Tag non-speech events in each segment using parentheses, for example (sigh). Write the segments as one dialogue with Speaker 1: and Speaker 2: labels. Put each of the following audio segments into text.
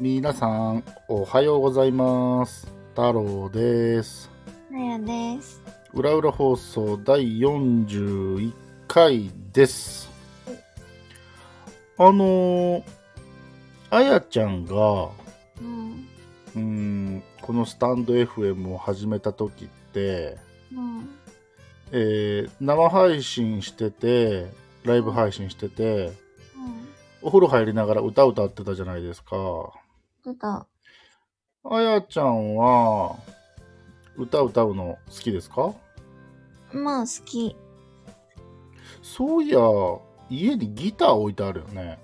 Speaker 1: 皆さんおはようございます太郎です
Speaker 2: なやです。
Speaker 1: 裏裏放送第41回ですあのーあやちゃんが
Speaker 2: うん。
Speaker 1: うーんこのスタンド FM を始めた時って、
Speaker 2: うん。
Speaker 1: えー生配信しててライブ配信してて
Speaker 2: うん。
Speaker 1: お風呂入りながら歌歌ってたじゃないですか
Speaker 2: ちょっと、
Speaker 1: あやちゃんは歌歌うの好きですか
Speaker 2: まあ好き。
Speaker 1: そういや家にギター置いてあるよね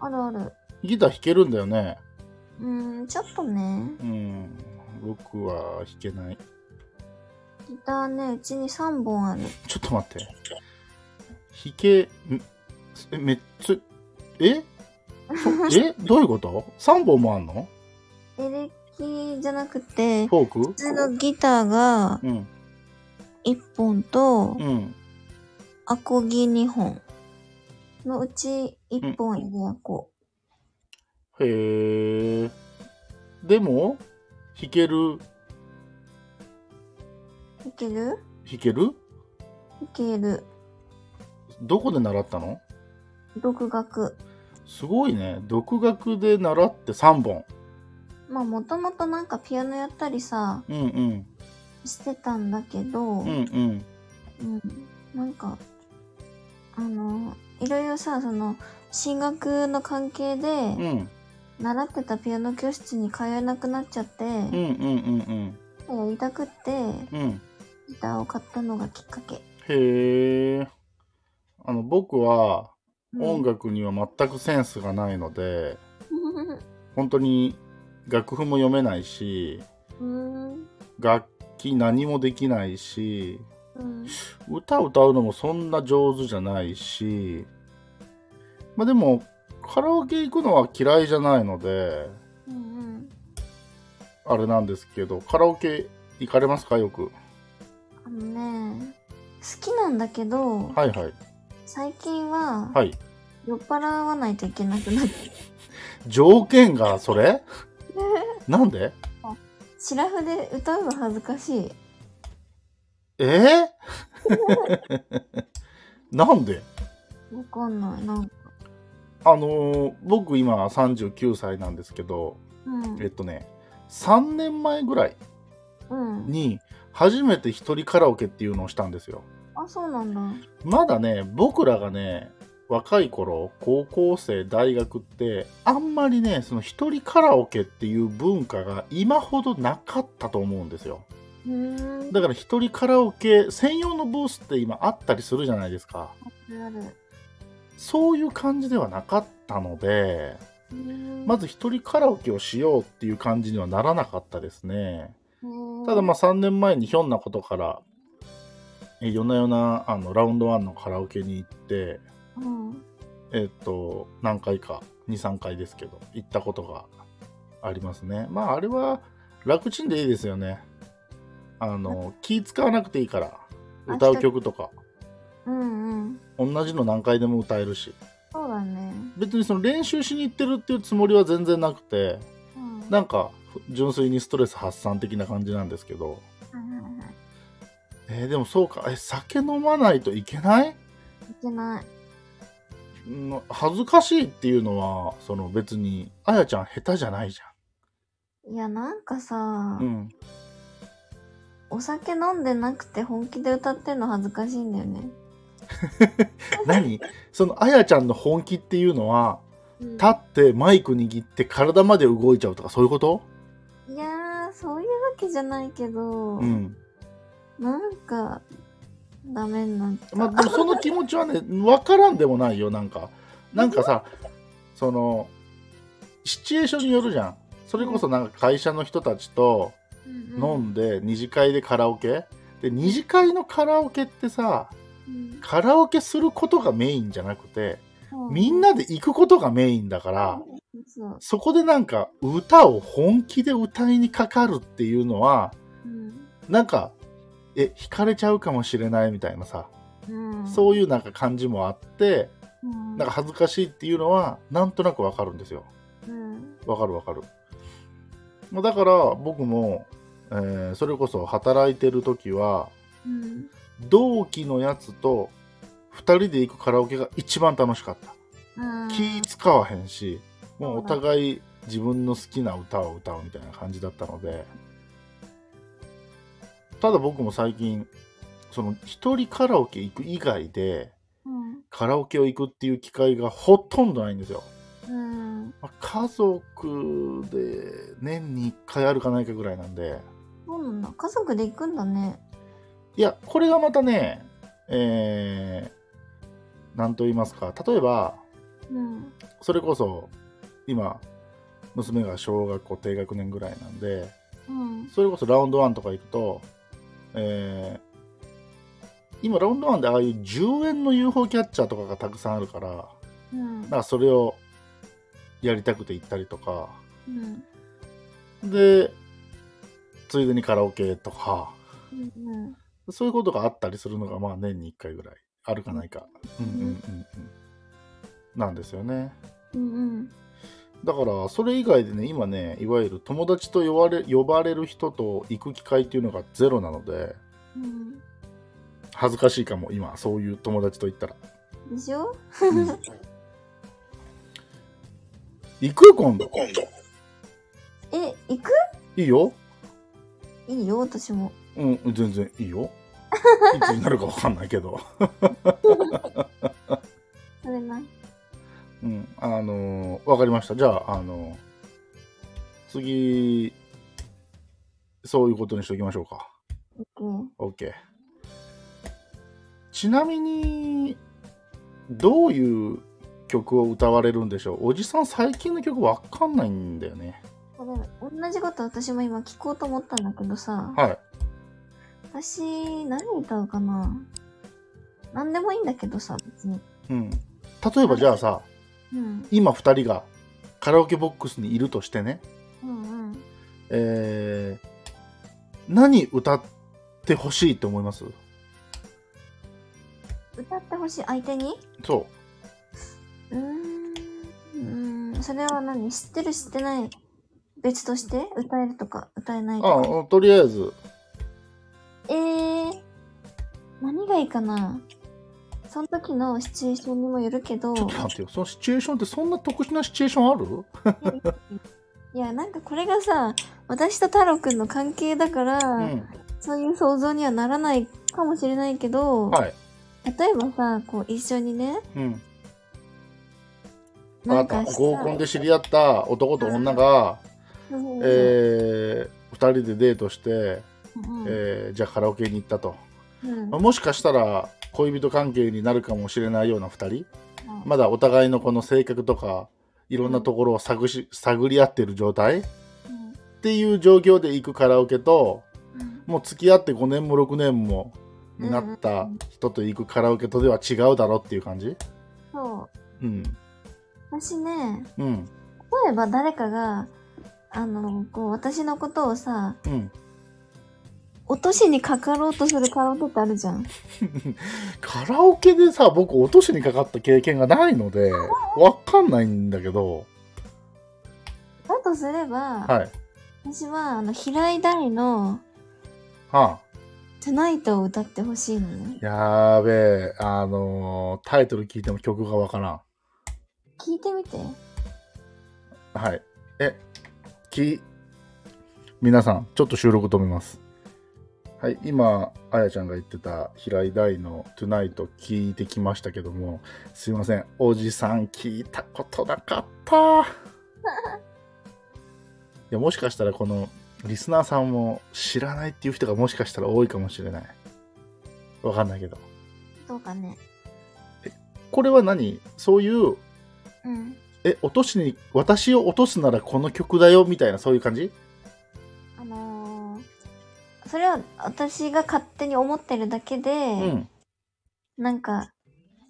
Speaker 2: あるある。
Speaker 1: ギター弾けるんだよね
Speaker 2: うん、ちょっとね。
Speaker 1: うん僕は弾けない
Speaker 2: ギターね、うちに3本ある。
Speaker 1: ちょっと待って弾けんえめっちゃえそえどういうこと ?3 本もあんの
Speaker 2: エレキじゃなくて、普
Speaker 1: フォーク
Speaker 2: 通のギターが
Speaker 1: うん
Speaker 2: 1本と、
Speaker 1: うん
Speaker 2: アコギ2本。のうち1本エレアコ。
Speaker 1: へえでも弾ける
Speaker 2: いける
Speaker 1: 弾ける
Speaker 2: いける。
Speaker 1: どこで習ったの
Speaker 2: 独学。
Speaker 1: すごいね独学で習って3本
Speaker 2: まあもともとなんかピアノやったりさ、
Speaker 1: うんうん
Speaker 2: してたんだけど、
Speaker 1: うんうん
Speaker 2: うん、なんかあのいろいろさその進学の関係
Speaker 1: う
Speaker 2: で
Speaker 1: ん
Speaker 2: 習ってたピアノ教室に通えなくなっちゃって、
Speaker 1: うんうんうん
Speaker 2: やりたくって
Speaker 1: うんうん
Speaker 2: ギターを買ったのがきっかけ。
Speaker 1: へえあの僕は
Speaker 2: うん
Speaker 1: 音楽には全くセンスがないので、
Speaker 2: う
Speaker 1: 本当に楽譜も読めないし
Speaker 2: ん
Speaker 1: 楽器何もできないし
Speaker 2: うん
Speaker 1: 歌歌うのもそんな上手じゃないしまあでもカラオケ行くのは嫌いじゃないので
Speaker 2: うん
Speaker 1: あれなんですけどカラオケ行かれますかよく
Speaker 2: あのね好きなんだけど、
Speaker 1: はいはい
Speaker 2: 最近は
Speaker 1: はい
Speaker 2: 酔っ払わないといけなくなって (laughs)
Speaker 1: 条件がそれなんで
Speaker 2: 白フで歌うの恥ずかしい。
Speaker 1: え (laughs) ー、なんで
Speaker 2: わかんないなんか。
Speaker 1: あのー僕今39歳なんですけど
Speaker 2: うん
Speaker 1: えっとね3年前ぐらい
Speaker 2: うん、
Speaker 1: に初めて一人カラオケっていうのをしたんですよ
Speaker 2: あそうなんだ。
Speaker 1: まだね僕らがね若い頃高校生大学ってあんまりねその一人カラオケっていう文化が今ほどなかったと思うんですよ
Speaker 2: うーん
Speaker 1: だから一人カラオケ専用のブースって今あったりするじゃないですか
Speaker 2: ある。
Speaker 1: そういう感じではなかったのでま
Speaker 2: ま
Speaker 1: ず一人カラオケをしようっていう感じにはならなかったですねただまあ3年前にひょんなことからえ夜な夜なあのラウンド1のカラオケに行って
Speaker 2: あ、うん、
Speaker 1: えっと何回か23回ですけど行ったことがありますねまああれは楽ちんでいいですよねあの気使わなくていいから
Speaker 2: あ
Speaker 1: 歌う曲とか
Speaker 2: うんうん、
Speaker 1: 同じの何回でも歌えるし
Speaker 2: そうだね。
Speaker 1: 別にその練習しに行ってるっていうつもりは全然なくて
Speaker 2: うん、
Speaker 1: なんか純粋にストレス発散的な感じなんですけど、
Speaker 2: はいはいはい
Speaker 1: えーでもそうかえ酒飲まないといけない
Speaker 2: いけない。
Speaker 1: うん恥ずかしいっていうのはその別にあやちゃん下手じゃないじ
Speaker 2: いやなんかさ、
Speaker 1: ゃん、うん、
Speaker 2: お酒飲んでなくて本気で歌ってんの恥ずかしいんだよね。
Speaker 1: 何そのあやちゃんの本気っていうのは
Speaker 2: うん
Speaker 1: 立ってマイク握って体まで動いちゃうとかそういうこと
Speaker 2: いやーそういうわけじゃないけど、
Speaker 1: うん
Speaker 2: なんかダメになった。
Speaker 1: まあでもその気持ちはね分からんでもないよなんかなんかさそのシチュエーションによるじゃんそれこそなんか会社の人たちと
Speaker 2: うん
Speaker 1: 飲
Speaker 2: うん
Speaker 1: んで二次会でカラオケで二次会のカラオケってさ
Speaker 2: うん
Speaker 1: カラオケすることがメインじゃなくて
Speaker 2: そう
Speaker 1: みんなで行くことがメインだから
Speaker 2: そう、
Speaker 1: そこでなんか歌を本気で歌いにかかるっていうのは
Speaker 2: うん
Speaker 1: なんかえ惹かれちゃうかもしれないみたいなさ
Speaker 2: うん、
Speaker 1: そういうなんか感じもあって
Speaker 2: うん、
Speaker 1: なんか恥ずかしいっていうのはなんとなくわかるんですよ
Speaker 2: うん
Speaker 1: わかるわかるまあ、だから僕も、えーそれこそ働いてる時は
Speaker 2: うん。
Speaker 1: 同期のやつと2人で行くカラオケが一番楽しかった
Speaker 2: うん。
Speaker 1: 気使わへんしもうお
Speaker 2: そうだ
Speaker 1: 互い自分の好きな歌を歌うみたいな感じだったのでただ僕も最近その一人カラオケ行く以外で
Speaker 2: うん。
Speaker 1: カラオケを行くっていう機会がほとんどないんですよ、
Speaker 2: うん。
Speaker 1: まあ家族で年に1回あるかないかぐらいなんで
Speaker 2: そうなんだ。家族で行くんだね。
Speaker 1: いやこれがまたねえー、なんと言いますか例えば
Speaker 2: うん。
Speaker 1: それこそ今娘が小学校低学年ぐらいなんで
Speaker 2: うん。
Speaker 1: それこそラウンド1とか行くと、えー今ラウンド1でああいう10円の UFO キャッチャーとかがたくさんあるからだか
Speaker 2: うん。
Speaker 1: らそれをやりたくて行ったりとか
Speaker 2: うん。
Speaker 1: でついでにカラオケとか
Speaker 2: うん。
Speaker 1: そういうことがあったりするのがまあ年に1回ぐらいあるかないか、うんうんうんうん、なんですよね。
Speaker 2: うん。うん。
Speaker 1: だからそれ以外でね今ねいわゆる友達と呼ばれ呼ばれる人と行く機会っていうのがゼロなので
Speaker 2: うん。
Speaker 1: 恥ずかしいかも今そういう友達と行ったら、
Speaker 2: でしょ
Speaker 1: 行くよ今度今度
Speaker 2: え、行く
Speaker 1: いいよ
Speaker 2: いいよ、私も。
Speaker 1: うん全然いいよいつになるか分かんないけど
Speaker 2: 食べない。
Speaker 1: うんあのー、分かりましたじゃああのー次そういうことにしておきましょうか
Speaker 2: うん。
Speaker 1: OK ちなみにどういう曲を歌われるんでしょうおじさん最近の曲わかんないんだよね
Speaker 2: これ同じこと私も今聞こうと思ったんだけどさ、
Speaker 1: はい
Speaker 2: 私、何歌うかな何でもいいんだけどさ、別に。
Speaker 1: うん例えばじゃあさ
Speaker 2: うん。
Speaker 1: 今2人がカラオケボックスにいるとしてね
Speaker 2: うんうん。
Speaker 1: えー、何歌ってほしいと思います
Speaker 2: 歌ってほしい相手に
Speaker 1: そう
Speaker 2: ーん。うーん。それは何知ってる知ってない別として歌えるとか歌えないうとか。
Speaker 1: あとりあえず
Speaker 2: えー、何がいいかなその時のシチュエーションにもよるけど、
Speaker 1: ちょっと待ってよそのシチュエーションってそんな特殊なシチュエーションある
Speaker 2: いや、なんかこれがさ、私と太郎くんの関係だから、
Speaker 1: う
Speaker 2: そういう想像にはならないかもしれないけど、
Speaker 1: んはい
Speaker 2: 例えばさ、こう一緒にね、
Speaker 1: うん
Speaker 2: な
Speaker 1: あ
Speaker 2: んかした
Speaker 1: 合コンで知り合った男と女が、
Speaker 2: うん
Speaker 1: え2人でデートして、
Speaker 2: うん
Speaker 1: えーじゃあカラオケに行ったと、
Speaker 2: うん
Speaker 1: まあもしかしたら恋人関係になるかもしれないような2人まだお互いのこの性格とかいろんなところを探し探り合ってる状態っていう状況で行くカラオケと
Speaker 2: うん
Speaker 1: もう付き合って5年も6年もになった人と行くカラオケとでは違うだろうっていう感じ
Speaker 2: そう。
Speaker 1: うん
Speaker 2: 私ね、
Speaker 1: うん
Speaker 2: 例えば誰かが、あの、こう私のことをさ、
Speaker 1: うん
Speaker 2: 落としにかかろうとするカラオケってあるじゃん。
Speaker 1: カラオケでさ僕落としにかかった経験がないのでわかんないんだけど
Speaker 2: だとすれば、
Speaker 1: はい
Speaker 2: 私はあの平井大の
Speaker 1: はあ、
Speaker 2: 「トゥナイト」を歌ってほしいのね
Speaker 1: やーべえ、あのータイトル聞いても曲がわから
Speaker 2: 聞いてみて
Speaker 1: ん。はい。え、き、皆さん、ちょっと収録止めます。はい、今、あやちゃんが言ってた平井大の Tonight 聞いてきましたけども、すいません、おじさん聞いたことなか (laughs) った。いや、もしかしたらこのリスナーさんも知らないっていう人がもしかしたら多いかもしれない。わかんないけど。
Speaker 2: どうかね
Speaker 1: これは何そういう
Speaker 2: うん
Speaker 1: え落としに私を落とすならこの曲だよみたいなそういう感じ
Speaker 2: あのー、それは私が勝手に思ってるだけで
Speaker 1: う、ん
Speaker 2: なんか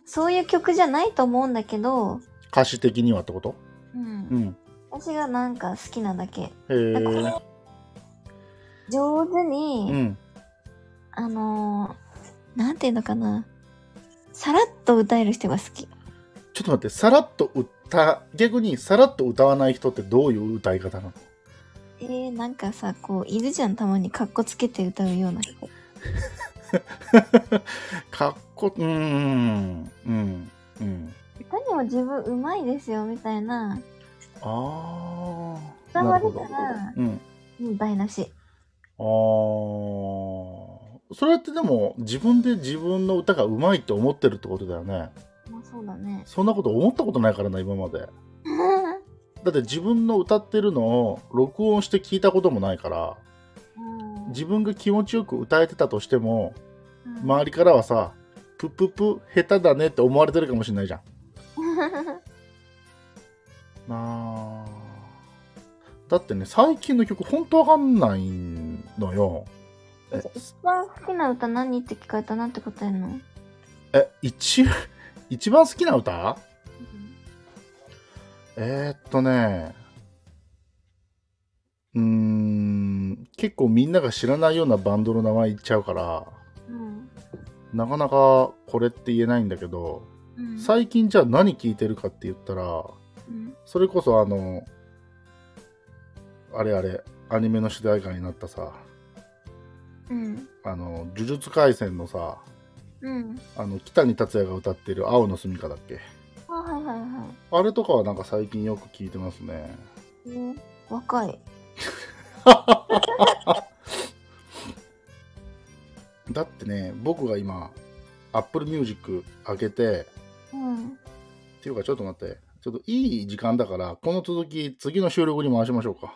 Speaker 2: そういう曲じゃないと思うんだけど、
Speaker 1: 歌詞的にはってこと
Speaker 2: うん
Speaker 1: うん
Speaker 2: 私がなんか好きなだけ
Speaker 1: へえ
Speaker 2: 上手に、
Speaker 1: うん
Speaker 2: あのー、なんていうのかなさらっと歌える人が好き
Speaker 1: ちょっと待ってさらっと歌逆にさらっと歌わない人ってどういう歌い方なの (laughs)
Speaker 2: えー、なんかさ、こう、いるじゃん、たまに、かっこつけて歌うような人。
Speaker 1: かっこうーんうんうん
Speaker 2: 歌にも自分うまいですよ、みたいな。
Speaker 1: ああ
Speaker 2: 伝
Speaker 1: な
Speaker 2: わ
Speaker 1: るほ
Speaker 2: るか
Speaker 1: ど
Speaker 2: ら、
Speaker 1: うん
Speaker 2: うん、台無し。
Speaker 1: あーそれってでも自分で自分の歌がうまいって思ってるってことだよね
Speaker 2: まあ、そうだね。
Speaker 1: そんなこと思ったことないからな今までだって自分の歌ってるのを録音して聞いたこともないから
Speaker 2: うん
Speaker 1: 自分が気持ちよく歌えてたとしても
Speaker 2: うん (laughs)
Speaker 1: 周りからはさプップップ下手だねって思われてるかもしれないじゃんなあだってね最近の曲ほんとわかんないのよえ
Speaker 2: 一番好きな歌何って聞かれたなって答えるの、うん
Speaker 1: え一 (laughs) 一番好きな歌えー、っとねうーん結構みんなが知らないようなバンドの名前言っちゃうから
Speaker 2: うん
Speaker 1: なかなかこれって言えないんだけど
Speaker 2: うん
Speaker 1: 最近じゃあ何聴いてるかって言ったら
Speaker 2: うん
Speaker 1: それこそあのあれあれアニメの主題歌になったさ
Speaker 2: うん
Speaker 1: あの呪術廻戦のさ
Speaker 2: うん
Speaker 1: あの北に達也が歌ってる「青の住処だっけ
Speaker 2: あはいはいは
Speaker 1: あれとかはなんか最近よく聞いてますね
Speaker 2: い、ね若い
Speaker 1: だってね僕が今 Apple Music 開けて
Speaker 2: うん
Speaker 1: っていうかちょっと待ってちょっといい時間だからこの続き次の収録に回しましょうか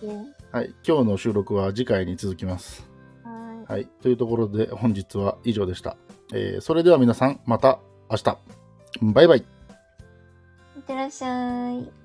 Speaker 2: で
Speaker 1: はい今日の収録は次回に続きます
Speaker 2: は
Speaker 1: はいというところで本日は以上でした、えーそれでは皆さんまた明日バイバイ
Speaker 2: いいってらっしゃい